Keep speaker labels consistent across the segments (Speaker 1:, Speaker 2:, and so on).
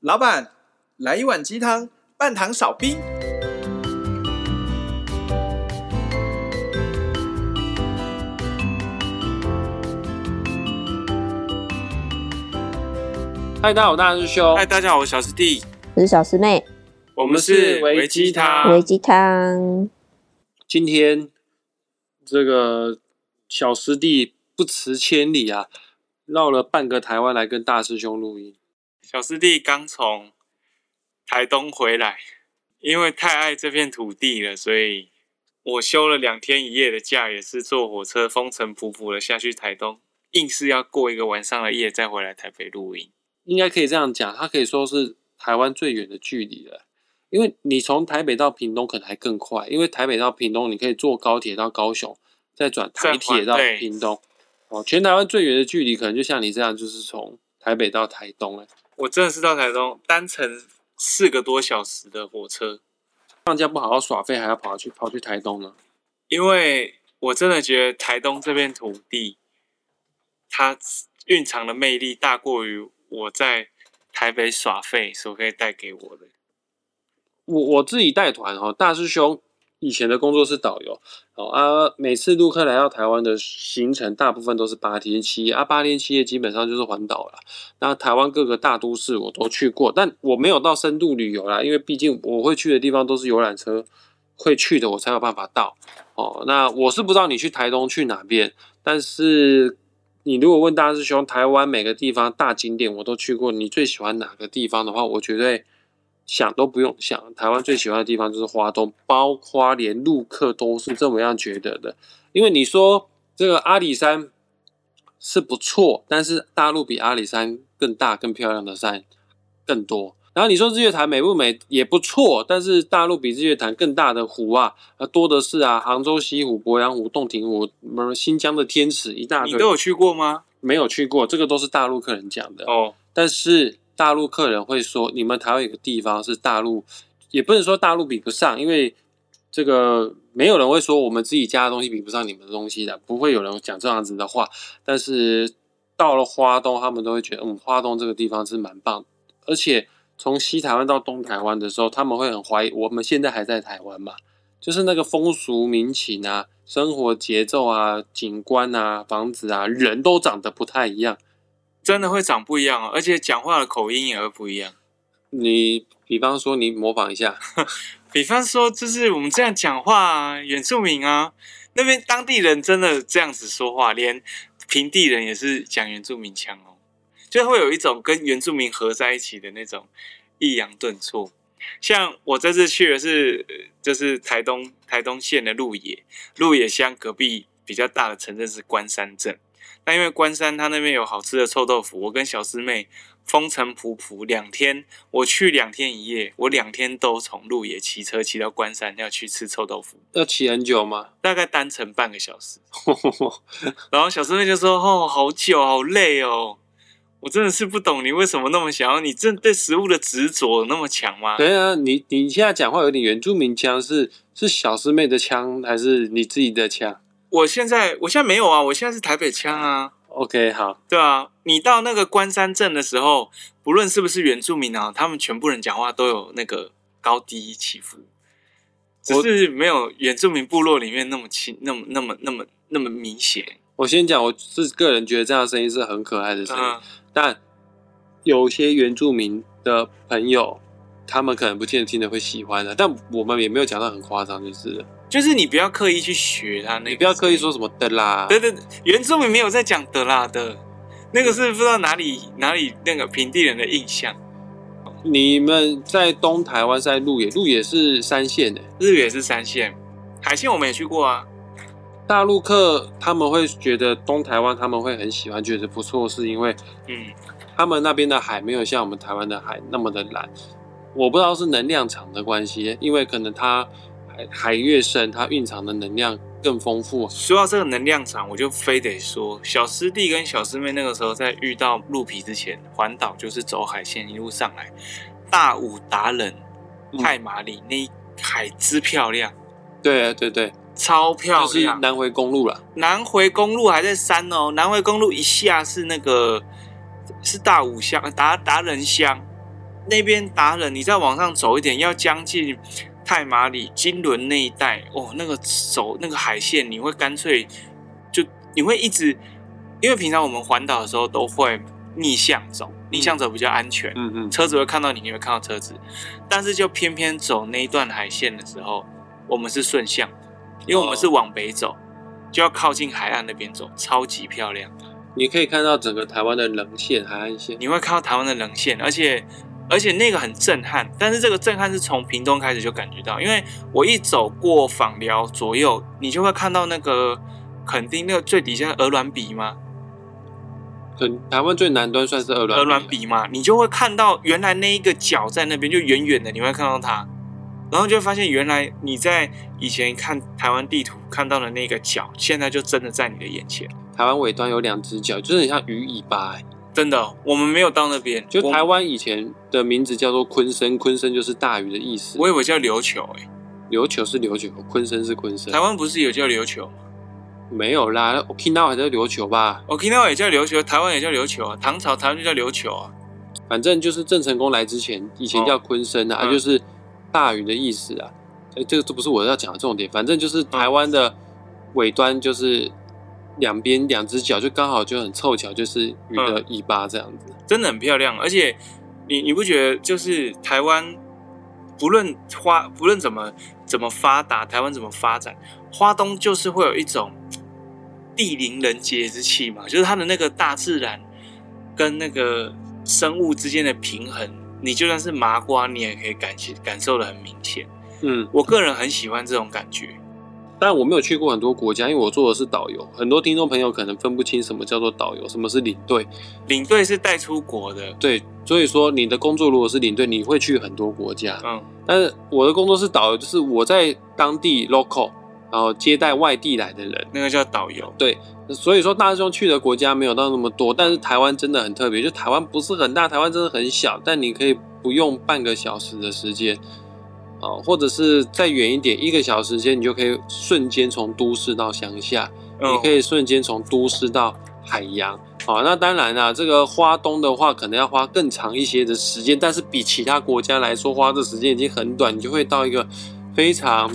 Speaker 1: 老板，来一碗鸡汤，半糖少冰。
Speaker 2: 嗨，大家好，我大师兄
Speaker 3: 嗨，。大家好，我是小师弟，
Speaker 4: 我是小师妹，
Speaker 3: 我
Speaker 2: 们是维基汤啊
Speaker 4: 维鸡汤，
Speaker 2: 今天这个小师弟不辞千里啊，绕了半个台湾来跟大师兄录音。
Speaker 3: 小师弟刚从台东回来，因为太爱这片土地了，所以我休了两天一夜的假，也是坐火车风尘仆仆的下去台东，硬是要过一个晚上的夜再回来台北录音。
Speaker 2: 应该可以这样讲，它可以说是台湾最远的距离了。因为你从台北到屏东可能还更快，因为台北到屏东你可以坐高铁到高雄，再转台铁到
Speaker 3: 对
Speaker 2: 屏东。哦，全台湾最远的距离可能就像你这样，就是从台北到台东了。
Speaker 3: 我真的是到台东单程四个多小时的火车，
Speaker 2: 放假不好好耍废，还要跑去跑去台东呢。
Speaker 3: 因为我真的觉得台东这片土地，它蕴藏的魅力大过于我在台北耍废所可以带给我的。
Speaker 2: 我我自己带团哦，大师兄以前的工作是导游哦啊，每次陆客来到台湾的行程大部分都是八天七夜啊，八天七夜基本上就是环岛了。那台湾各个大都市我都去过，但我没有到深度旅游啦，因为毕竟我会去的地方都是游览车会去的，我才有办法到哦。那我是不知道你去台东去哪边，但是。你如果问大师兄，台湾每个地方大景点我都去过，你最喜欢哪个地方的话，我绝对想都不用想，台湾最喜欢的地方就是花东，包括连陆客都是这么样觉得的。因为你说这个阿里山是不错，但是大陆比阿里山更大、更漂亮的山更多。然后你说日月潭美不美也不错，但是大陆比日月潭更大的湖啊，啊多的是啊，杭州西湖、鄱阳湖、洞庭湖，什么新疆的天池一大
Speaker 3: 你
Speaker 2: 堆，
Speaker 3: 都有去过吗？
Speaker 2: 没有去过，这个都是大陆客人讲的。
Speaker 3: 哦，
Speaker 2: 但是大陆客人会说，你们台湾有个地方是大陆，也不能说大陆比不上，因为这个没有人会说我们自己家的东西比不上你们的东西的，不会有人讲这样子的话。但是到了花东，他们都会觉得，嗯，花东这个地方是蛮棒的，而且从西台湾到东台湾的时候，他们会很怀疑我们现在还在台湾嘛？就是那个风俗民情啊、生活节奏啊、景观啊、房子啊，人都长得不太一样。
Speaker 3: 真的会长不一样哦，而且讲话的口音也会不一样。
Speaker 2: 你比方说，你模仿一下，
Speaker 3: 比方说，就是我们这样讲话啊，原住民啊，那边当地人真的这样子说话，连平地人也是讲原住民腔哦，就会有一种跟原住民合在一起的那种抑扬顿挫。像我这次去的是，呃就是台东台东县的鹿野，鹿野乡隔壁比较大的城镇是关山镇。那因为关山它那边有好吃的臭豆腐，我跟小师妹风尘仆仆两天，我去两天一夜，我两天都从鹿野骑车骑到关山，要去吃臭豆腐，
Speaker 2: 要骑很久吗？
Speaker 3: 大概单程半个小时。然后小师妹就说：“哦，好久，好累哦。”我真的是不懂你为什么那么想要，你真的对食物的执着有那么强吗？
Speaker 2: 等一下，啊你你现在讲话有点原住民腔，是是小师妹的腔还是你自己的腔
Speaker 3: 我现在我现在没有啊，我现在是台北腔啊，
Speaker 2: ？OK，好，
Speaker 3: 对啊。你到那个关山镇的时候，不论是不是原住民啊，他们全部人讲话都有那个高低起伏，只
Speaker 2: 我
Speaker 3: 是没有原住民部落里面那么清、那么、那么、那么、那么明显。
Speaker 2: 我先讲，我是个人觉得这样的声音是很可爱的声音，
Speaker 3: 嗯，
Speaker 2: 但有些原住民的朋友，他们可能不见得听得会喜欢的，但我们也没有讲到很夸张，就是了
Speaker 3: 就是你不要刻意去学他那个，
Speaker 2: 你不要刻意说什么的啦，
Speaker 3: 对对，对原住民没有在讲德拉的，那个是不知道哪里哪里那个平地人的印象。
Speaker 2: 你们在东台湾是在鹿野，鹿野是三线的、
Speaker 3: 日语也是三线，海线我们也去过啊。
Speaker 2: 大陆客他们会觉得东台湾他们会很喜欢，觉得不错，是因为
Speaker 3: 嗯，
Speaker 2: 他们那边的海没有像我们台湾的海那么的蓝。我不知道是能量场的关系，因为可能它海海越深，它蕴藏的能量更丰富。
Speaker 3: 说到这个能量场，我就非得说，小师弟跟小师妹那个时候在遇到鹿皮之前，环岛就是走海线一路上来，大武达人、
Speaker 2: 嗯
Speaker 3: 太马里那一海之漂亮，
Speaker 2: 对对对，
Speaker 3: 超漂
Speaker 2: 就是
Speaker 3: 亮。
Speaker 2: 南回公路啦。
Speaker 3: 南回公路还在山哦，南回公路一下是那个是大武乡达达人乡，那边达人，你再往上走一点，要将近泰马里、金轮那一带哦，那个走那个海线，你会干脆就你会一直，因为平常我们环岛的时候都会逆向走，逆向走比较安全，
Speaker 2: 嗯嗯，
Speaker 3: 车子会看到你，你会看到车子，但是就偏偏走那一段海线的时候，我们是顺向，因为我们是往北走，就要靠近海岸那边走，超级漂亮。
Speaker 2: 你可以看到整个台湾的棱线、海岸线。
Speaker 3: 你会看到台湾的棱线，而且而且那个很震撼。但是这个震撼是从屏东开始就感觉到，因为我一走过访寮左右，你就会看到那个垦丁那个最底下鹅銮鼻嘛，
Speaker 2: 可能台湾最南端算是鹅銮
Speaker 3: 鹅銮
Speaker 2: 鼻
Speaker 3: 鼻嘛，你就会看到原来那一个角在那边，就远远的你会看到它，然后就会发现原来你在以前看台湾地图看到的那个角，现在就真的在你的眼前。
Speaker 2: 台湾尾端有两只脚，就是很像鱼尾巴、欸。
Speaker 3: 真的，我们没有到那边，
Speaker 2: 就
Speaker 3: 我
Speaker 2: 台湾以前的名字叫做鲲鲲，鲲鲲就是大鱼的意思。
Speaker 3: 我以为叫琉球、欸，
Speaker 2: 琉球是琉球，鲲鲲是鲲
Speaker 3: 台
Speaker 2: 鲲。
Speaker 3: 湾不是有叫琉球吗？
Speaker 2: 没有啦，Okinawa 还在琉球吧？
Speaker 3: Okinawa 也叫琉球，台湾也叫琉球啊，唐朝台湾就叫琉球啊。
Speaker 2: 反正就是郑成功来之前，以前叫鲲鲲啊，
Speaker 3: 嗯
Speaker 2: 啊就是大鱼的意思啊。哎、这个这不是我要讲的重点，反正就是台湾的尾端就是两边两只脚就刚好就很凑巧，就是鱼
Speaker 3: 嗯
Speaker 2: 的尾巴这样子。
Speaker 3: 真的很漂亮。而且你你不觉得就是台湾，不论花不论怎么怎么发达，台湾怎么发展，花东就是会有一种嘖地灵人杰之气嘛，就是它的那个大自然跟那个生物之间的平衡，你就算是麻瓜，你也可以感感受的很明显。
Speaker 2: 嗯，
Speaker 3: 我个人很喜欢这种感觉。
Speaker 2: 但我没有去过很多国家，因为我做的是导游。很多听众朋友可能分不清什么叫做导游，什么是领队。
Speaker 3: 领队是带出国的，
Speaker 2: 对，所以说你的工作如果是领队，你会去很多国家。
Speaker 3: 嗯，
Speaker 2: 但是我的工作是导游，就是我在当地 local，然后接待外地来的人。
Speaker 3: 那个叫导游。
Speaker 2: 所以说大师兄去的国家没有到那么多，但是台湾真的很特别，就台湾不是很大，台湾真的很小，但你可以不用半个小时的时间，哦，或者是再远一点，一个小时间你就可以瞬间从都市到乡下，
Speaker 3: 嗯
Speaker 2: 你可以瞬间从都市到海洋。好，那当然啦，这个花东的话，可能要花更长一些的时间，但是比其他国家来说，花的时间已经很短，你就会到一个非常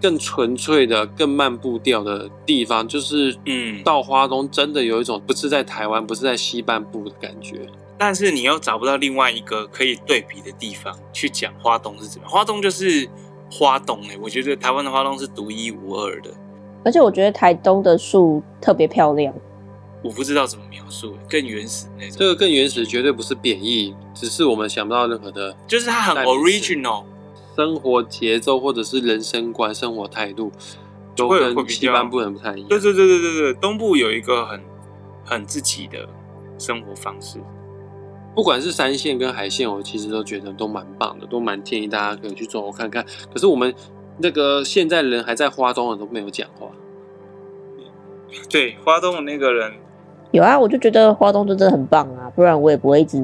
Speaker 2: 更纯粹的、更慢步调的地方，就是
Speaker 3: 嗯
Speaker 2: 到花东真的有一种不是在台湾，不是在西半部的感觉。
Speaker 3: 但是你又找不到另外一个可以对比的地方去讲花东是怎么样。花东就是花东哎、我觉得台湾的花东是独一无二的，
Speaker 4: 而且我觉得台东的树特别漂亮，
Speaker 3: 我不知道怎么描述、欸更原始那种，
Speaker 2: 这个更原始，绝对不是贬义，只是我们想不到任何的
Speaker 3: 就是它很
Speaker 2: 代名词
Speaker 3: original，
Speaker 2: 生活节奏或者是人生观、生活态度，都
Speaker 3: 会会
Speaker 2: 跟
Speaker 3: 比
Speaker 2: 西
Speaker 3: 较
Speaker 2: 半部人不太一样。
Speaker 3: 对对对对对对，东部有一个很很自己的生活方式，
Speaker 2: 不管是山线跟海线，我其实都觉得都蛮棒的，都蛮建议大家可以去走走看看。可是我们那个现在人还在花东的都没有讲话，
Speaker 3: 对，花东的那个人
Speaker 4: 有啊，我就觉得花东就真的很棒啊，不然我也不会一直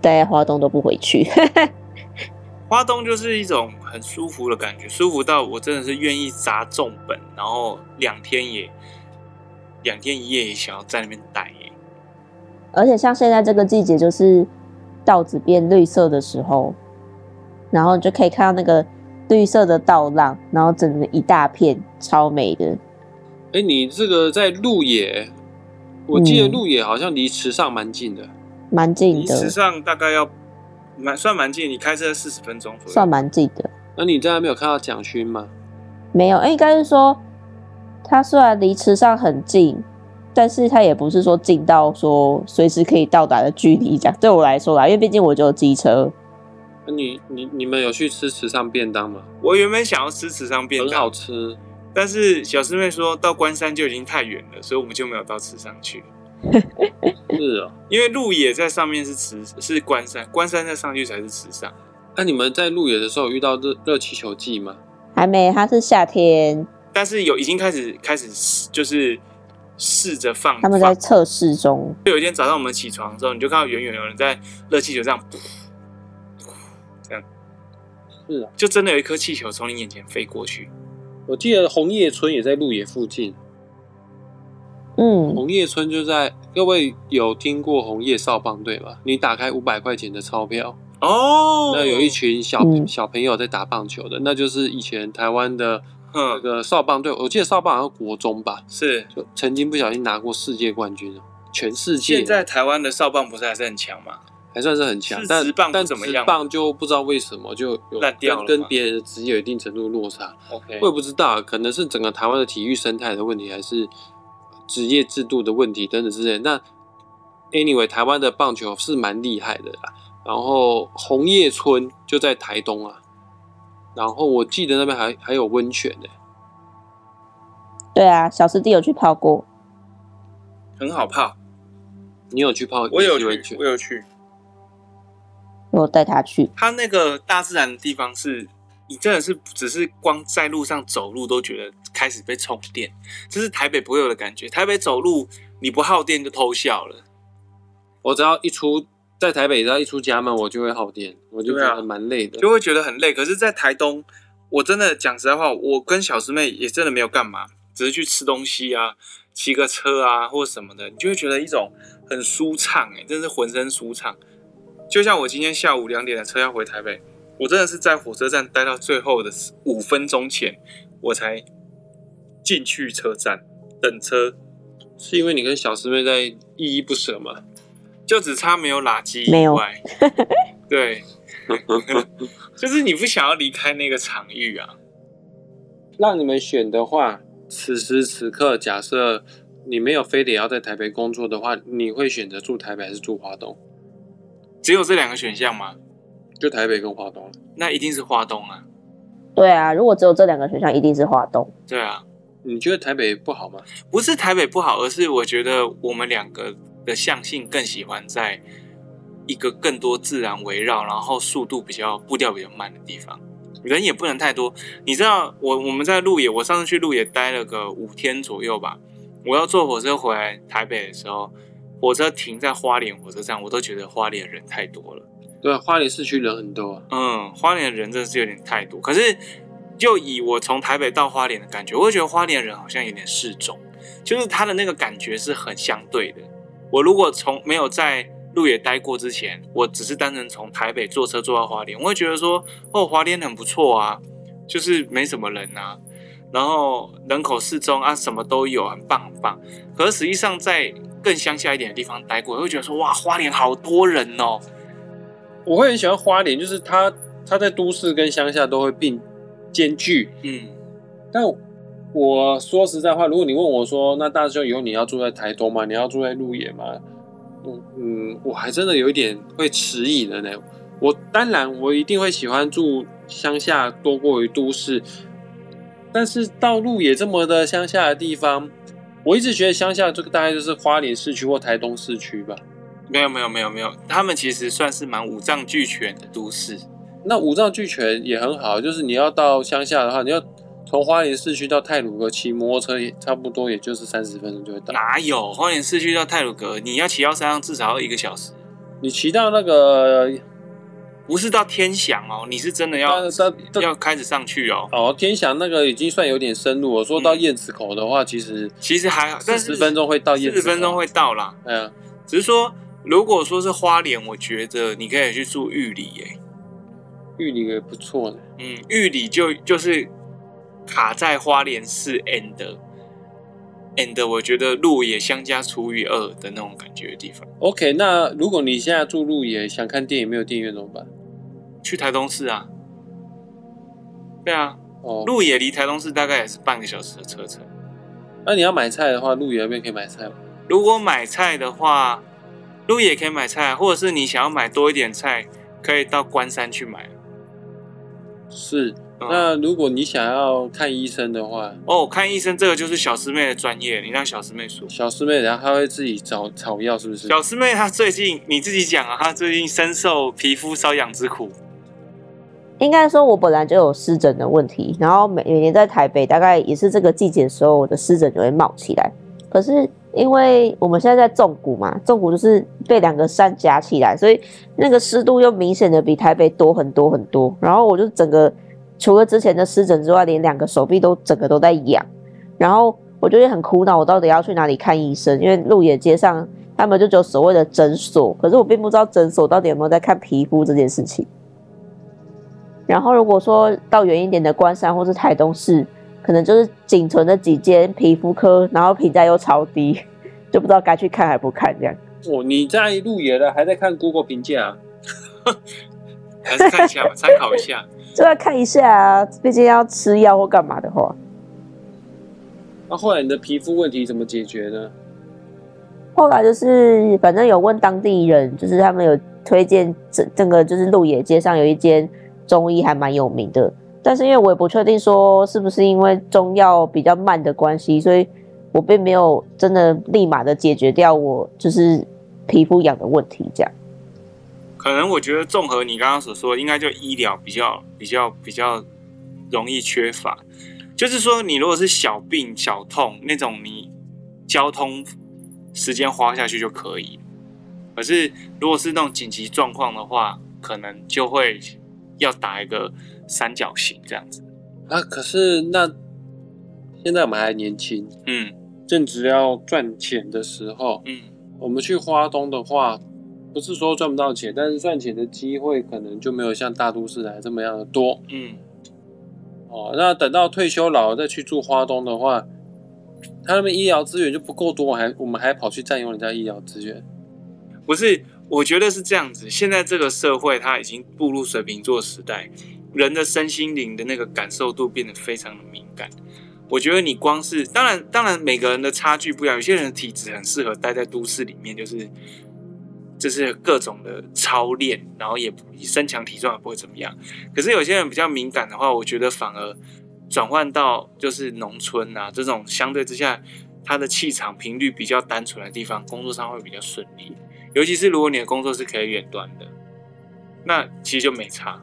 Speaker 4: 待在花东都不回去。
Speaker 3: 花东就是一种很舒服的感觉，舒服到我真的是愿意砸重本，然后两天也两天一夜也想要在那边待欸耶。
Speaker 4: 而且像现在这个季节，就是稻子变绿色的时候，然后你就可以看到那个绿色的稻浪，然后整个一大片，超美的。
Speaker 2: 哎，你这个在鹿野，我记得
Speaker 4: 嗯
Speaker 2: 鹿野好像离池上蛮近的。
Speaker 4: 蛮近
Speaker 3: 离
Speaker 4: 的
Speaker 3: 池，上大概要蛮算蛮近，你开车四十分钟左右。
Speaker 4: 算蛮近的。
Speaker 2: 那你在那边有看到蒋勋吗？
Speaker 4: 没有，应该是说，它虽然离池上很近，但是它也不是说近到说随时可以到达的距离。这样对我来说啦，因为毕竟我就有机车，
Speaker 2: 那你你你们有去吃池上便当吗？
Speaker 3: 我原本想要吃池上便
Speaker 2: 很好
Speaker 3: 当，
Speaker 2: 吃，
Speaker 3: 但是小师妹说到关山就已经太远了，所以我们就没有到池上去。
Speaker 2: 是哦。
Speaker 3: 因为鹿野在上面是池是关山，关山再上去才是池上。
Speaker 2: 那、你们在鹿野的时候有遇到热热气球季吗？
Speaker 4: 还没，它是夏天，
Speaker 3: 但是有已经开始开始试就是试着放，
Speaker 4: 他们在
Speaker 3: 放
Speaker 4: 测试中。
Speaker 3: 有一天早上我们起床之后，你就看到远远有人在热气球上，
Speaker 2: 是啊，
Speaker 3: 就真的有一颗气球从你眼前飞过去。
Speaker 2: 我记得红叶村也在鹿野附近。
Speaker 4: 嗯，
Speaker 2: 红叶村就在，各位有听过红叶少棒队吗？你打开五百块钱的钞票，
Speaker 3: 哦，
Speaker 2: 那有一群小、
Speaker 4: 嗯
Speaker 2: 小朋友在打棒球的，那就是以前台湾的那
Speaker 3: 嗯
Speaker 2: 个少棒队，我记得少棒好像国中吧，
Speaker 3: 是。
Speaker 2: 就曾经不小心拿过世界冠军哦，全世界
Speaker 3: 现在台湾的少棒不是还是很强吗？
Speaker 2: 还算是很强
Speaker 3: 是，
Speaker 2: 但
Speaker 3: 职棒不
Speaker 2: 但
Speaker 3: 怎么
Speaker 2: 职
Speaker 3: 样
Speaker 2: 棒就不知道为什么就有
Speaker 3: 烂掉
Speaker 2: 跟
Speaker 3: 了
Speaker 2: 跟
Speaker 3: 吗
Speaker 2: 别人的职业有一定程度的落差，
Speaker 3: OK，
Speaker 2: 我也不知道，可能是整个台湾的体育生态的问题，还是职业制度的问题等等之类的。那 anyway，台湾的棒球是蛮厉害的啦。然后红叶村就在台东啊，然后我记得那边还还有温泉呢、
Speaker 4: 对啊，小师弟有去泡过，
Speaker 3: 很好泡，
Speaker 2: 你有去泡
Speaker 3: 我有
Speaker 2: 温
Speaker 3: 去，
Speaker 2: 泉
Speaker 3: 我？有去。
Speaker 4: 我带他去。
Speaker 3: 它那个大自然的地方是，你真的是只是光在路上走路都觉得开始被充电，这是台北不会有的感觉。台北走路你不耗电就偷笑了。
Speaker 2: 我只要一出在台北，只要一出家门，我就会耗电，我就
Speaker 3: 对啊
Speaker 2: 觉得蛮累的。
Speaker 3: 就会觉得很累。可是，在台东，我真的讲实在话，我跟小师妹也真的没有干嘛，只是去吃东西啊，骑个车啊，或什么的，你就会觉得一种很舒畅、欸，哎，真的是浑身舒畅。就像我今天下午两点的车要回台北，我真的是在火车站待到最后的五分钟前，我才进去车站等车，
Speaker 2: 是因为你跟小师妹在依依不舍嘛？
Speaker 3: 就只差没有垃圾以
Speaker 4: 没有
Speaker 3: 外， 对， 就是你不想要离开那个场域啊。
Speaker 2: 让你们选的话，此时此刻，假设你没有非得要在台北工作的话，你会选择住台北还是住华东？
Speaker 3: 只有这两个选项吗？
Speaker 2: 就台北跟华东。啊
Speaker 3: 那一定是花东啊。
Speaker 4: 对啊，如果只有这两个选项，一定是华东。
Speaker 3: 对啊，
Speaker 2: 你觉得台北不好吗？
Speaker 3: 不是台北不好，而是我觉得我们两个的向性更喜欢在一个更多自然围绕，然后速度比较步调比较慢的地方，人也不能太多。你知道，我我们在鹿野，我上次去鹿野待了个五天左右吧。我要坐火车回来台北的时候，火车停在花莲火车站，我都觉得花莲人太多了。
Speaker 2: 对啊，花莲市区人很多啊。
Speaker 3: 嗯，花莲人真的是有点太多。可是，就以我从台北到花莲的感觉，我会觉得花莲人好像有点适中，就是他的那个感觉是很相对的。我如果从没有在鹿野待过之前，我只是单纯从台北坐车坐到花莲，我会觉得说，哦，花莲很不错啊，就是没什么人啊，然后人口适中啊，什么都有，很棒很棒。可是实际上在更乡下一点的地方待过，我会觉得说，哇，花莲好多人哦。
Speaker 2: 我会很喜欢花莲，就是它它在都市跟乡下都会并兼具。
Speaker 3: 嗯，
Speaker 2: 但我说实在话，如果你问我说，那大师兄以后你要住在台东吗？你要住在鹿野吗？嗯嗯，我还真的有一点会迟疑的呢。我当然我一定会喜欢住乡下多过于都市，但是到鹿野这么的乡下的地方，我一直觉得乡下这个大概就是花莲市区或台东市区吧。
Speaker 3: 没有没有没有没有，他们其实算是蛮五脏俱全的都市。
Speaker 2: 那五脏俱全也很好，就是你要到乡下的话，你要从花莲市区到泰鲁阁骑摩托车也差不多，也就是三十分钟就会到。
Speaker 3: 哪有花莲市区到泰鲁阁，你要骑到山上至少要一个小时，
Speaker 2: 你骑到那个
Speaker 3: 不是到天祥哦，你是真的要
Speaker 2: 到到到
Speaker 3: 要开始上去哦。
Speaker 2: 哦天祥那个已经算有点深入了。说到
Speaker 3: 嗯
Speaker 2: 燕子口的话，其实
Speaker 3: 其实还好，但
Speaker 2: 四
Speaker 3: 是
Speaker 2: 十分钟会到
Speaker 3: 四
Speaker 2: 燕子
Speaker 3: 十
Speaker 2: 口，啊
Speaker 3: 分钟会到啦。
Speaker 2: 哎呀，
Speaker 3: 只是说，如果说是花莲，我觉得你可以去住玉里耶、
Speaker 2: 玉里也不错呢。
Speaker 3: 嗯，玉里就就是卡在花莲市 and and 我觉得路也相加除以二的那种感觉的地方。
Speaker 2: OK，那如果你现在住鹿野，想看电影没有电影院怎么办？
Speaker 3: 去台东市啊。对啊，
Speaker 2: 哦，
Speaker 3: 鹿野离台东市大概也是半个小时的车程。
Speaker 2: 那你要买菜的话，鹿野那边可以买菜吗？
Speaker 3: 如果买菜的话，鹿野可以买菜，或者是你想要买多一点菜，可以到关山去买。
Speaker 2: 是。
Speaker 3: 嗯
Speaker 2: 那如果你想要看医生的话，
Speaker 3: 哦，看医生这个就是小师妹的专业，你让小师妹说。
Speaker 2: 小师妹，然后她会自己找草药，是不是？
Speaker 3: 小师妹她最近你自己讲啊，她最近深受皮肤瘙痒之苦。
Speaker 4: 应该说，我本来就有湿疹的问题，然后每每年在台北，大概也是这个季节的时候，我的湿疹就会冒起来。可是因为我们现在在纵谷嘛，纵谷就是被两个山夹起来，所以那个湿度又明显的比台北多很多很多。然后我就整个除了之前的湿疹之外，连两个手臂都整个都在痒。然后我就会很苦恼，我到底要去哪里看医生？因为鹿野街上他们就只有所谓的诊所，可是我并不知道诊所到底有没有在看皮肤这件事情。然后如果说到远一点的关山或是台东市，可能就是仅存的几间皮肤科，然后评价又超低， 就不知道该去看还不看这样。
Speaker 2: 哦，你在路野了，还在看 Google 评价、啊？
Speaker 3: 还是看一下吧，参考一下。
Speaker 4: 就要看一下啊，毕竟要吃药或干嘛的话，
Speaker 2: 那、后来你的皮肤问题怎么解决呢？
Speaker 4: 后来就是反正有问当地人，就是他们有推荐这这个就是鹿野街上有一间中医还蛮有名的，但是因为我也不确定说是不是因为中药比较慢的关系，所以我并没有真的立马的解决掉我就是皮肤痒的问题这样。
Speaker 3: 可能我觉得综合你刚刚所说，应该就医疗比较比较比较容易缺乏。就是说，你如果是小病小痛那种，你交通时间花下去就可以。可是如果是那种紧急状况的话，可能就会要打一个三角形这样子。
Speaker 2: 啊，可是那现在我们还年轻，
Speaker 3: 嗯
Speaker 2: 正值要赚钱的时候，
Speaker 3: 嗯，
Speaker 2: 我们去花东的话，不是说赚不到钱，但是赚钱的机会可能就没有像大都市来这么样的多
Speaker 3: 嗯，
Speaker 2: 哦。那等到退休老了再去住花东的话，他那边医疗资源就不够多，我还我们还跑去占用人家医疗资源。
Speaker 3: 不是，我觉得是这样子。现在这个社会，它已经步入水瓶座时代，人的身心灵的那个感受度变得非常的敏感。我觉得你光是，当然，当然每个人的差距不一样，有些人的体质很适合待在都市里面，就是就是各种的操练，然后也不身强体壮也不会怎么样。可是有些人比较敏感的话，我觉得反而转换到就是农村啊这种相对之下，它的气场频率比较单纯的地方，工作上会比较顺利。尤其是如果你的工作是可以远端的，那其实就没差。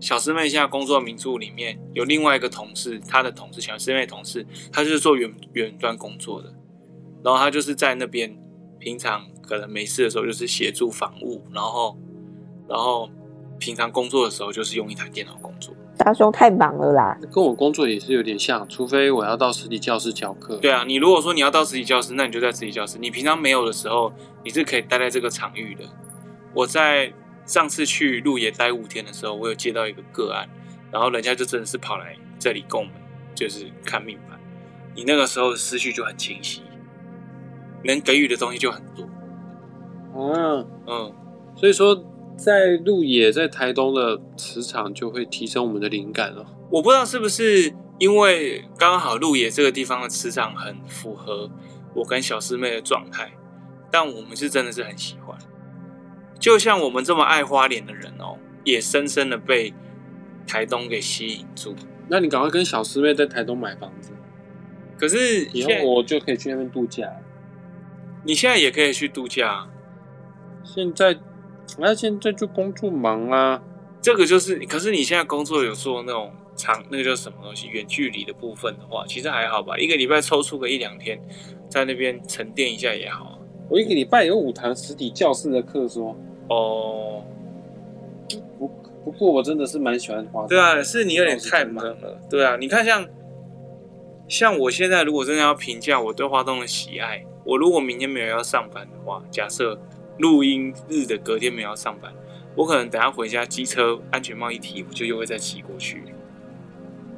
Speaker 3: 小师妹现在工作民宿里面有另外一个同事，她的同事小师妹同事，她就是做远远端工作的，然后她就是在那边平常可能没事的时候就是协助房务，然后然后平常工作的时候就是用一台电脑工作。
Speaker 4: 大兄太忙了啦，
Speaker 2: 跟我工作也是有点像，除非我要到实体教室教课。
Speaker 3: 对啊，你如果说你要到实体教室，那你就在实体教室。你平常没有的时候，你是可以待在这个场域的。我在上次去鹿野待五天的时候，我有接到一个个案，然后人家就真的是跑来这里跟我们就是看命盘。你那个时候思绪就很清晰，能给予的东西就很多。
Speaker 2: 啊，
Speaker 3: 嗯，
Speaker 2: 所以说在鹿野在台东的磁场就会提升我们的灵感哦。
Speaker 3: 我不知道是不是因为刚好鹿野这个地方的磁场很符合我跟小师妹的状态，但我们是真的是很喜欢。就像我们这么爱花莲的人哦，也深深的被台东给吸引住。
Speaker 2: 那你赶快跟小师妹在台东买房子，
Speaker 3: 可是
Speaker 2: 以
Speaker 3: 现在
Speaker 2: 后我就可以去那边度假。
Speaker 3: 你现在也可以去度假啊，
Speaker 2: 现在，那现在就工作忙啊，
Speaker 3: 这个就是。可是你现在工作有做那种长，那个叫什么东西，远距离的部分的话，其实还好吧，一个礼拜抽出个一两天，在那边沉淀一下也好啊。
Speaker 2: 我一个礼拜有五堂实体教室的课说。
Speaker 3: 哦、
Speaker 2: 不不过我真的是蛮喜欢花的。
Speaker 3: 对啊，是你有点太忙了。对啊，你看像像我现在如果真的要评价我对花东的喜爱，我如果明天没有要上班的话，假设录音日的隔天没有要上班，我可能等下回家机车安全帽一提，我就又会再骑过去。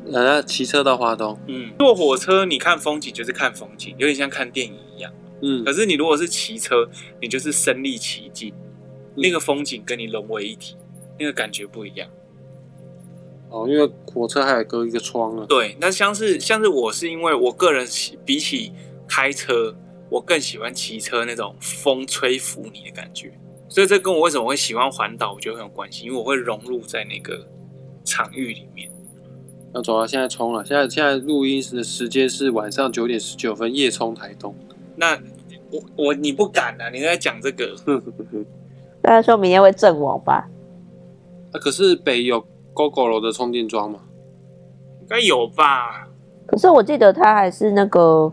Speaker 2: 然后啊骑车到花东，
Speaker 3: 嗯，坐火车你看风景就是看风景，有点像看电影一样。
Speaker 2: 嗯
Speaker 3: 可，是你如果是骑车，你就是身临其境，那个风景跟你融为一体，那个感觉不一样。
Speaker 2: 哦，因为火车还有隔一个窗啊。
Speaker 3: 对，那像是像是我是因为我个人喜比起开车，我更喜欢骑车那种风吹拂你的感觉，所以这跟我为什么会喜欢环岛，我觉得很有关系，因为我会融入在那个场域里面。
Speaker 2: 要走啊，现在冲了，现在现在录音时的时间是晚上九点十九分，夜冲台东。
Speaker 3: 那我我你不敢啊，你在讲这个，
Speaker 2: 嗯
Speaker 4: 大兄明天会阵亡吧？
Speaker 2: 啊，可是北有 GoGo 楼的充电桩嘛？
Speaker 3: 应该有吧？
Speaker 4: 可是我记得它还是那个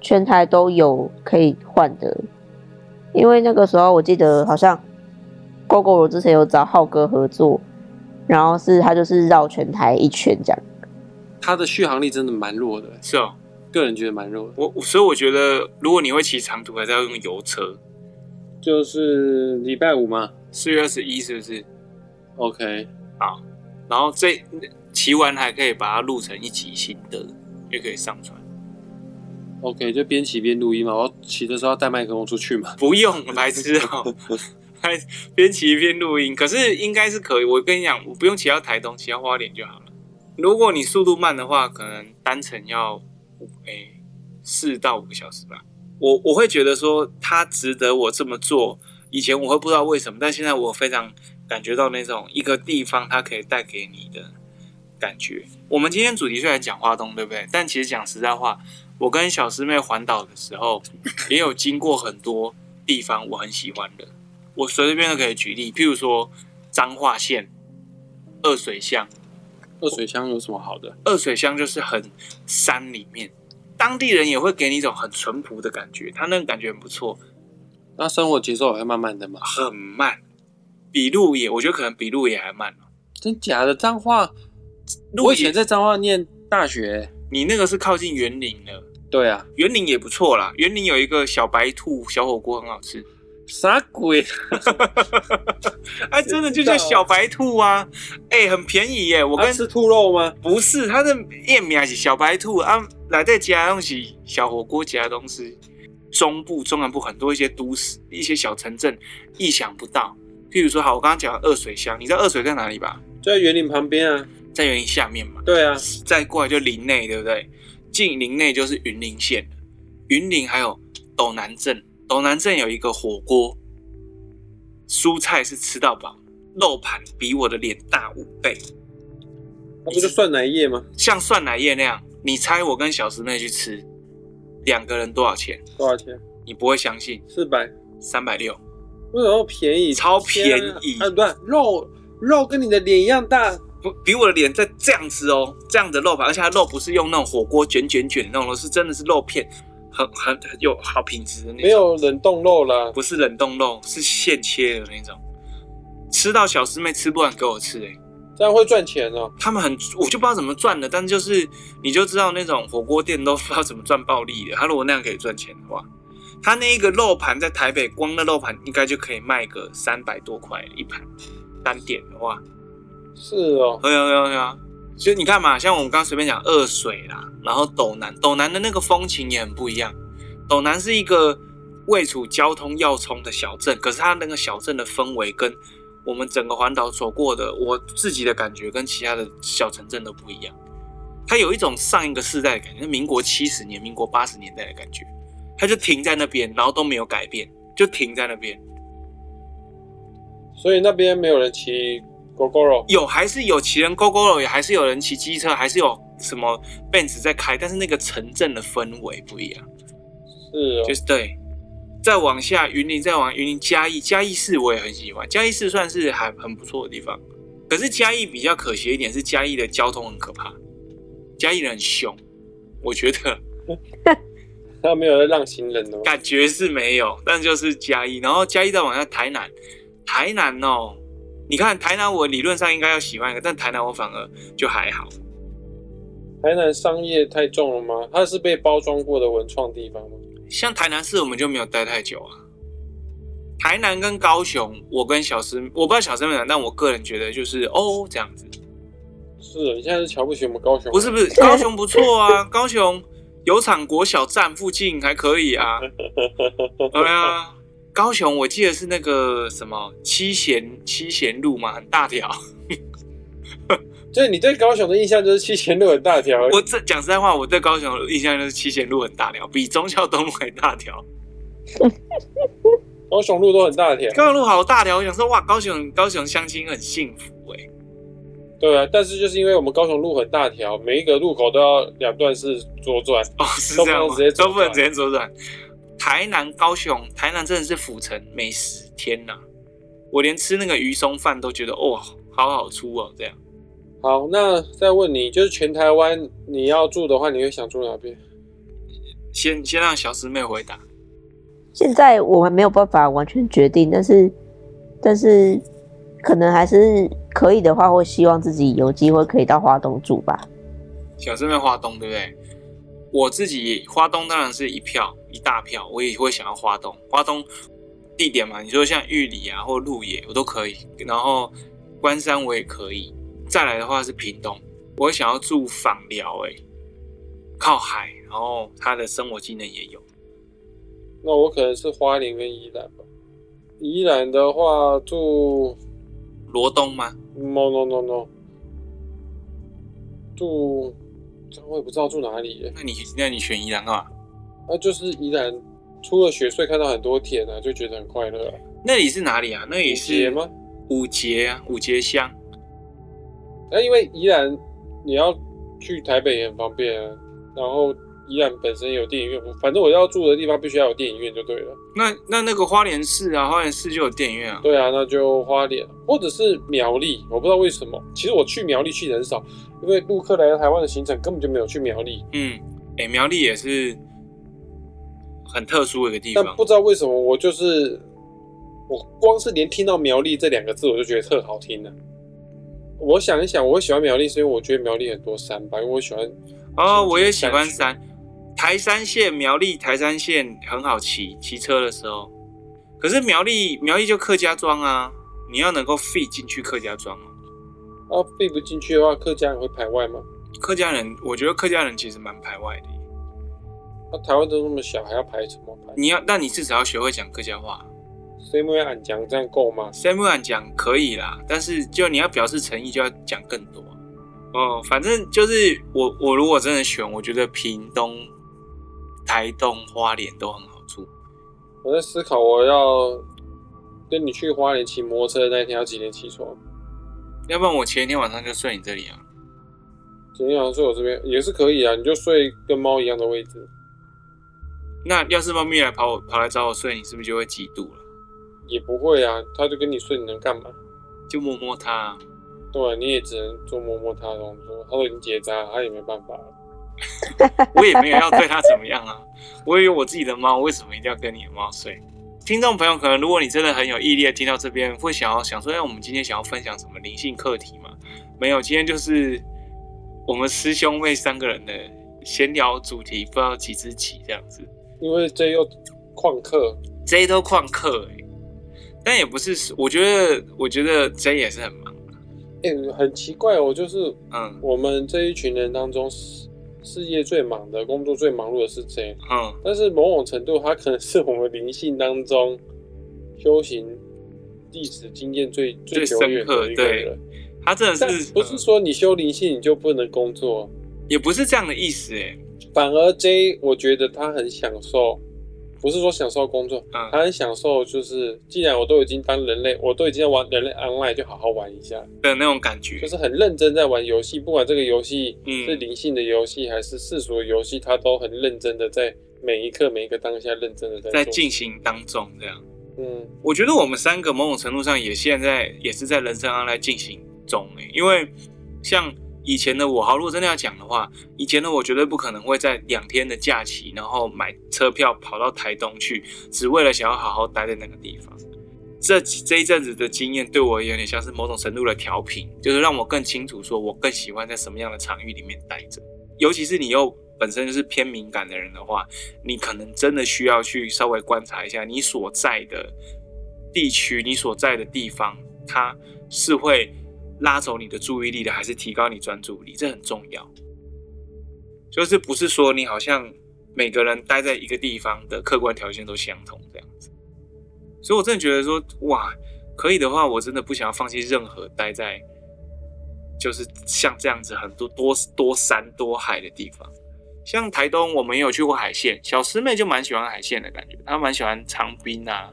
Speaker 4: 全台都有可以换的，因为那个时候我记得好像 GoGo 我之前有找浩哥合作，然后是他就是绕全台一圈这样，
Speaker 2: 它的续航力真的蛮弱的、
Speaker 3: 是哦，
Speaker 2: 个人觉得蛮肉的，
Speaker 3: 我我所以我觉得，如果你会骑长途，还是要用油车。
Speaker 2: 就是礼拜五嘛
Speaker 3: 四月二十一是不是？
Speaker 2: ，OK，
Speaker 3: 然后这骑完还可以把它录成一集心得，就可以上传。
Speaker 2: OK，就边骑边录音嘛。我要骑的时候要带麦克风出去嘛。
Speaker 3: 不用，白痴哦、还边骑边录音，可是应该是可以。我跟你讲，我不用骑到台东，骑到花莲就好了。如果你速度慢的话，可能单程要诶四到五个小时吧。我我会觉得说，它值得我这么做。以前我会不知道为什么，但现在我非常感觉到那种一个地方它可以带给你的感觉。我们今天主题虽然讲花东，对不对？但其实讲实在话，我跟小师妹环岛的时候，也有经过很多地方我很喜欢的。我随便都可以举例，譬如说彰化县二水乡，
Speaker 2: 二水乡有什么好的？
Speaker 3: 二水乡就是很山里面，当地人也会给你一种很淳朴的感觉，他那个感觉很不错，
Speaker 2: 那生活节奏还慢慢的嘛。
Speaker 3: 很慢，比鹿野我觉得可能比鹿野还慢哦。
Speaker 2: 真假的脏话？
Speaker 3: 鹿
Speaker 2: 我以
Speaker 3: 野
Speaker 2: 前在彰化念大学。
Speaker 3: 你那个是靠近园林的，
Speaker 2: 对啊，
Speaker 3: 园林也不错啦，园林有一个小白兔小火锅很好吃，
Speaker 2: 啥鬼？
Speaker 3: 哎、真的就叫小白兔啊，哎、很便宜耶，我
Speaker 2: 我
Speaker 3: 跟、
Speaker 2: 吃兔肉吗？
Speaker 3: 不是，它的店名是小白兔啊，来在家东西小火锅夹东西。中部、中南部很多一些都市、一些小城镇意想不到。譬如说，好，我刚刚讲的二水乡，你知道二水在哪里吧？
Speaker 2: 就在园林旁边啊。
Speaker 3: 在园林下面嘛，
Speaker 2: 对啊，
Speaker 3: 再过来就林内，对不对？进林内就是云林县，云林还有斗南镇，斗南镇有一个火锅，蔬菜是吃到饱，肉盘比我的脸大五倍。
Speaker 2: 那不就蒜奶叶吗？
Speaker 3: 像蒜奶叶那样，你猜我跟小师妹去吃，两个人多少钱？
Speaker 2: 多少钱？
Speaker 3: 你不会相信，
Speaker 2: 四百。
Speaker 3: 三百六。
Speaker 2: 为什么便宜？
Speaker 3: 超便宜
Speaker 2: 天啊！啊不是，肉肉跟你的脸一样大。
Speaker 3: 不比我的脸再这样子哦，这样的肉盘，而且它肉不是用那种火锅卷卷卷那种肉，是真的是肉片，很很很有好品质的那种。
Speaker 2: 没有冷冻肉啦，
Speaker 3: 不是冷冻肉，是现切的那种。吃到小师妹吃不完给我吃、欸，
Speaker 2: 这样会赚钱哦。
Speaker 3: 他们很，我就不知道怎么赚的，但就是你就知道那种火锅店都不知道怎么赚暴利的。他如果那样可以赚钱的话，他那一个肉盘在台北光那肉盘应该就可以卖个三百多块一盘，单点的话，
Speaker 2: 是哦，
Speaker 3: 对啊对啊对啊。所以你看嘛，像我们刚刚随便讲二水啦，然后斗南，斗南的那个风情也很不一样。斗南是一个呃位处交通要冲的小镇，可是它那个小镇的氛围跟我们整个环岛走过的，我自己的感觉跟其他的小城镇都不一样。它有一种上一个世代的感觉，是民国七十年、民国八十年代的感觉。它就停在那边，然后都没有改变，就停在那边。
Speaker 2: 所以那边没有人骑狗狗肉。
Speaker 3: 有还是有骑人勾勾了，也还是有人骑机车，还是有什么 Benz 在开，但是那个城镇的氛围不一样。
Speaker 2: 是哦，
Speaker 3: 就是对。再往下，云林，再往云林嘉义，嘉义市我也很喜欢，嘉义市算是还很不错的地方。可是嘉义比较可惜一点是嘉义的交通很可怕，嘉义人很凶，我觉得
Speaker 2: 他没有在让行人哦。
Speaker 3: 感觉是没有，但就是嘉义，然后嘉义再往下台南，台南哦，你看台南我理论上应该要喜欢一个，但台南我反而就还好。
Speaker 2: 台南商业太重了吗？它是被包装过的文创地方吗？
Speaker 3: 像台南市我们就没有待太久啊。台南跟高雄，我跟小师，我不知道小师妹讲，但我个人觉得就是哦这样子，
Speaker 2: 是哦，你现在是瞧不起我们高雄？
Speaker 3: 不是不是，高雄不错啊，高雄有场国小站附近还可以啊，对啊，高雄我记得是那个什么七贤七贤路嘛，很大条。
Speaker 2: 就是你对高雄的印象就是七贤路很大条，
Speaker 3: 我这讲实在话，我对高雄的印象就是七贤路很大条，比忠孝东路还大条。
Speaker 2: 高雄路都很大条。
Speaker 3: 高雄路好大条，我想说哇，高雄高雄相亲很幸福哎、
Speaker 2: 对啊，但是就是因为我们高雄路很大条，每一个路口都要两段式左转。
Speaker 3: 哦， 是这样吗？
Speaker 2: 都
Speaker 3: 都
Speaker 2: 不
Speaker 3: 不
Speaker 2: 能
Speaker 3: 能
Speaker 2: 直
Speaker 3: 直接左转。台南、高雄，台南真的是府城美食天呐、我连吃那个鱼松饭都觉得哇、好好吃哦，这样。
Speaker 2: 好，那再问你，就是全台湾你要住的话，你会想住哪边？
Speaker 3: 先先让小师妹回答，
Speaker 4: 现在我们没有办法完全决定，但是但是可能还是可以的话，会希望自己有机会可以到花东住吧。
Speaker 3: 小师妹花东对不对？我自己花东当然是一票一大票，我也会想要花东。花东地点嘛，你说像玉里啊或鹿野我都可以，然后关山我也可以。再来的话是屏东，我想要住访寮、欸，哎，靠海，然后他的生活技能也有。
Speaker 2: 那我可能是花莲跟宜兰吧。宜兰的话住
Speaker 3: 罗东吗？
Speaker 2: no no no no，住，这我也不知道住哪里耶。
Speaker 3: 那你那你选宜兰干嘛？
Speaker 2: 那就是宜兰，出了雪隧看到很多田啊，就觉得很快乐、啊。
Speaker 3: 那里是哪里啊？那里
Speaker 2: 五节
Speaker 3: 是
Speaker 2: 吗？
Speaker 3: 五节啊，五节乡。
Speaker 2: 那、啊因为宜兰你要去台北也很方便啊，然后宜兰本身有电影院，反正我要住的地方必须要有电影院就对了。
Speaker 3: 那那那个花莲市啊，花莲市就有电影院啊。
Speaker 2: 对啊，那就花莲或者是苗栗，我不知道为什么。其实我去苗栗去的很少，因为陆客来到台湾的行程根本就没有去苗栗。
Speaker 3: 嗯，哎、苗栗也是很特殊的一个地
Speaker 2: 但
Speaker 3: 方
Speaker 2: 不。知道为什么，我就是我光是连听到苗栗这两个字，我就觉得特好听呢、我想一想，我会喜欢苗栗，是因为我觉得苗栗很多山吧，因为我喜欢
Speaker 3: 哦，我也喜欢
Speaker 2: 山区
Speaker 3: 山，台山县苗栗台山县很好骑，骑车的时候。可是苗栗苗栗就客家庄啊，你要能够 fit 进去客家庄啊。
Speaker 2: 啊，飞不进去的话，客家人会排外吗？
Speaker 3: 客家人，我觉得客家人其实蛮排外的。
Speaker 2: 那、啊台湾都那么小，还要排什么排？
Speaker 3: 你要，那你至少要学会讲客家话。
Speaker 2: 所以没有俺讲这样够吗？
Speaker 3: Samuel 讲可以啦，但是就你要表示诚意，就要讲更多。哦，反正就是我，我如果真的选，我觉得屏东、台东、花莲都很好住。
Speaker 2: 我在思考，我要跟你去花莲骑摩托车的那一天要几点起床？
Speaker 3: 要不然我前一天晚上就睡你这里啊。
Speaker 2: 今天晚上睡我这边也是可以啊，你就睡跟猫一样的位置，
Speaker 3: 那要是猫咪来跑我跑来找我睡，你是不是就会嫉妒了？
Speaker 2: 也不会啊，它就跟你睡，你能干嘛？
Speaker 3: 就摸摸它啊、
Speaker 2: 对，你也只能做摸摸它的动作，它都已经结扎了，它也没办法了。
Speaker 3: 我也没有要对它怎么样啊。 我也有我自己的猫，为什么一定要跟你的猫睡？听众朋友，可能如果你真的很有毅力地听到这边，会想要想说，哎，我们今天想要分享什么灵性课题吗？没有，今天就是我们师兄妹三个人的闲聊主题，不知道几只几这样子。
Speaker 2: 因为这又旷课，
Speaker 3: J 都旷课哎，但也不是，我觉得，我觉得 J 也是很忙，
Speaker 2: 哎、很奇怪哦，就是
Speaker 3: 嗯
Speaker 2: 我们这一群人当中，事事业最忙的、工作最忙碌的是 J，
Speaker 3: 嗯，
Speaker 2: 但是某种程度，他可能是我们灵性当中修行历史经验最
Speaker 3: 最
Speaker 2: 久
Speaker 3: 深
Speaker 2: 远
Speaker 3: 刻
Speaker 2: 的一个
Speaker 3: 对
Speaker 2: 人。
Speaker 3: 他真的
Speaker 2: 但
Speaker 3: 是
Speaker 2: 不是
Speaker 3: 嗯
Speaker 2: 说你修灵性你就不能工作？
Speaker 3: 也不是这样的意思哎，
Speaker 2: 反而 J，我觉得他很享受，不是说享受工作，
Speaker 3: 嗯
Speaker 2: 他很享受就是，既然我都已经当人类，我都已经在玩人类 online，就好好玩一下，
Speaker 3: 的那种感觉
Speaker 2: 就，是很认真在玩游戏，不管这个游戏
Speaker 3: 嗯
Speaker 2: 是灵性的游戏还是世俗的游戏，他都很认真的在每一刻每一个当下认真的在
Speaker 3: 在
Speaker 2: 做
Speaker 3: 进行当中这样。
Speaker 2: 嗯，
Speaker 3: 我觉得我们三个某种程度上也现在也是在人生上来进行中诶、因为像以前的我，好，如果真的要讲的话，以前的我绝对不可能会在两天的假期，然后买车票跑到台东去，只为了想要好好待在那个地方。这几这一阵子的经验对我有点像是某种程度的调频，就是让我更清楚说我更喜欢在什么样的场域里面待着。尤其是你又本身就是偏敏感的人的话，你可能真的需要去稍微观察一下你所在的地区、你所在的地方，它是会拉走你的注意力的，还是提高你专注力？这很重要。就是不是说你好像每个人待在一个地方的客观条件都相同这样子，所以我真的觉得说，哇，可以的话，我真的不想要放弃任何待在就是像这样子很多多多山多海的地方。像台东，我们也有去过海线，小师妹就蛮喜欢海线的感觉，她蛮喜欢长滨啊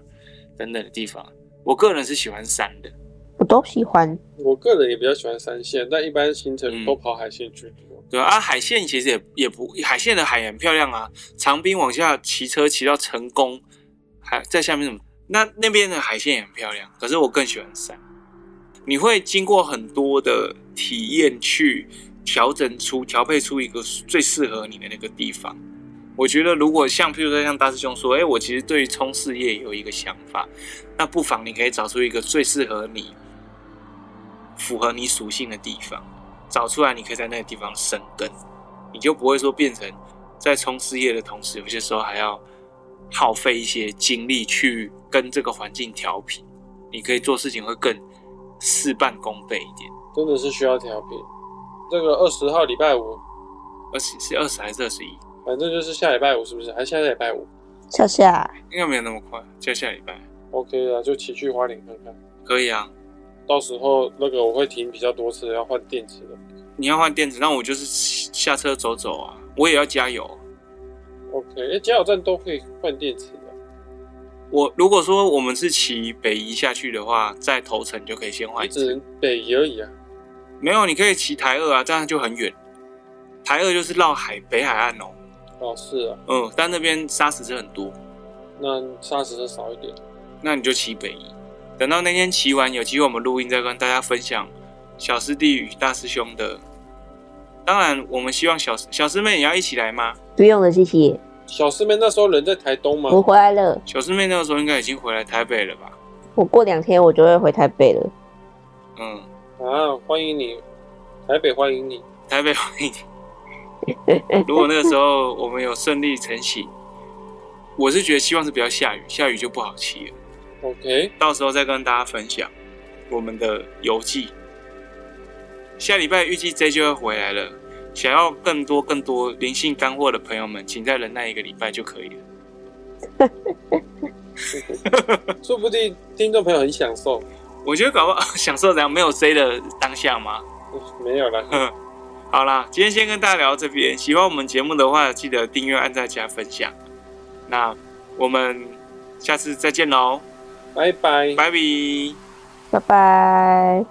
Speaker 3: 等等的地方。我个人是喜欢山的，
Speaker 4: 我都喜欢。
Speaker 2: 我个人也比较喜欢三线，但一般行程
Speaker 3: 嗯
Speaker 2: 都跑海线居多。
Speaker 3: 对啊，啊海线其实也也不，海线的海也很漂亮啊。长滨往下骑车骑到成功，还在下面什么？那那边的海线也很漂亮，可是我更喜欢山。你会经过很多的体验去调整出、调配出一个最适合你的那个地方。我觉得，如果像譬如说像大师兄说，哎、我其实对于冲事业有一个想法，那不妨你可以找出一个最适合你、符合你属性的地方。找出来，你可以在那个地方生根，你就不会说变成在冲事业的同时，有些时候还要耗费一些精力去跟这个环境调频，你可以做事情会更事半功倍一点。
Speaker 2: 真的是需要调频。这个二十号礼拜五，
Speaker 3: 二十是二十还是二十一？
Speaker 2: 反正就是下礼拜五，是不是？还是下下礼拜五
Speaker 4: 夏夏，
Speaker 3: 应该没有那么快，就下礼拜
Speaker 2: ？OK 啊，就骑去花莲看看。
Speaker 3: 可以啊。
Speaker 2: 到时候那个我会停比较多次的，要换电池的。
Speaker 3: 你要换电池，那我就是下车走走啊，我也要加油。
Speaker 2: OK，哎、加油站都可以换电池的。
Speaker 3: 我如果说我们是骑北移下去的话，在头城就可以先换一
Speaker 2: 你只
Speaker 3: 次。
Speaker 2: 能北移而已啊。
Speaker 3: 没有，你可以骑台二啊，这样就很远。台二就是绕海北海岸哦，
Speaker 2: 哦，是啊，
Speaker 3: 嗯，但那边砂石车很多，
Speaker 2: 那砂石车少一点。
Speaker 3: 那你就骑北移。等到那天骑完，有机会我们录音再跟大家分享小师弟与大师兄的。当然，我们希望小小师妹也要一起来吗？
Speaker 4: 不用了，谢谢，
Speaker 2: 小师妹那时候人在台东吗？
Speaker 4: 我回来了，
Speaker 3: 小师妹那个时候应该已经回来台北了吧？
Speaker 4: 我过两天我就会回台北了。
Speaker 3: 嗯，
Speaker 2: 啊，欢迎你，台北欢迎你。
Speaker 3: 台北欢迎。如果那个时候我们有顺利成型，我是觉得希望是不要下雨，下雨就不好骑了。
Speaker 2: OK，
Speaker 3: 到时候再跟大家分享我们的游记。下礼拜预计 J 就会回来了，想要更多更多灵性干货的朋友们，请再忍耐一个礼拜就可以了。
Speaker 2: 说不定听众朋友很享受。
Speaker 3: 我觉得搞不好 享受怎样没有 J 的当下吗？
Speaker 2: 哎没有啦，
Speaker 3: 好啦，今天先跟大家聊到这边。喜欢我们节目的话，记得订阅、按赞、加分享。那我们下次再见喽，
Speaker 2: 拜拜。
Speaker 3: 拜拜。
Speaker 4: 拜拜。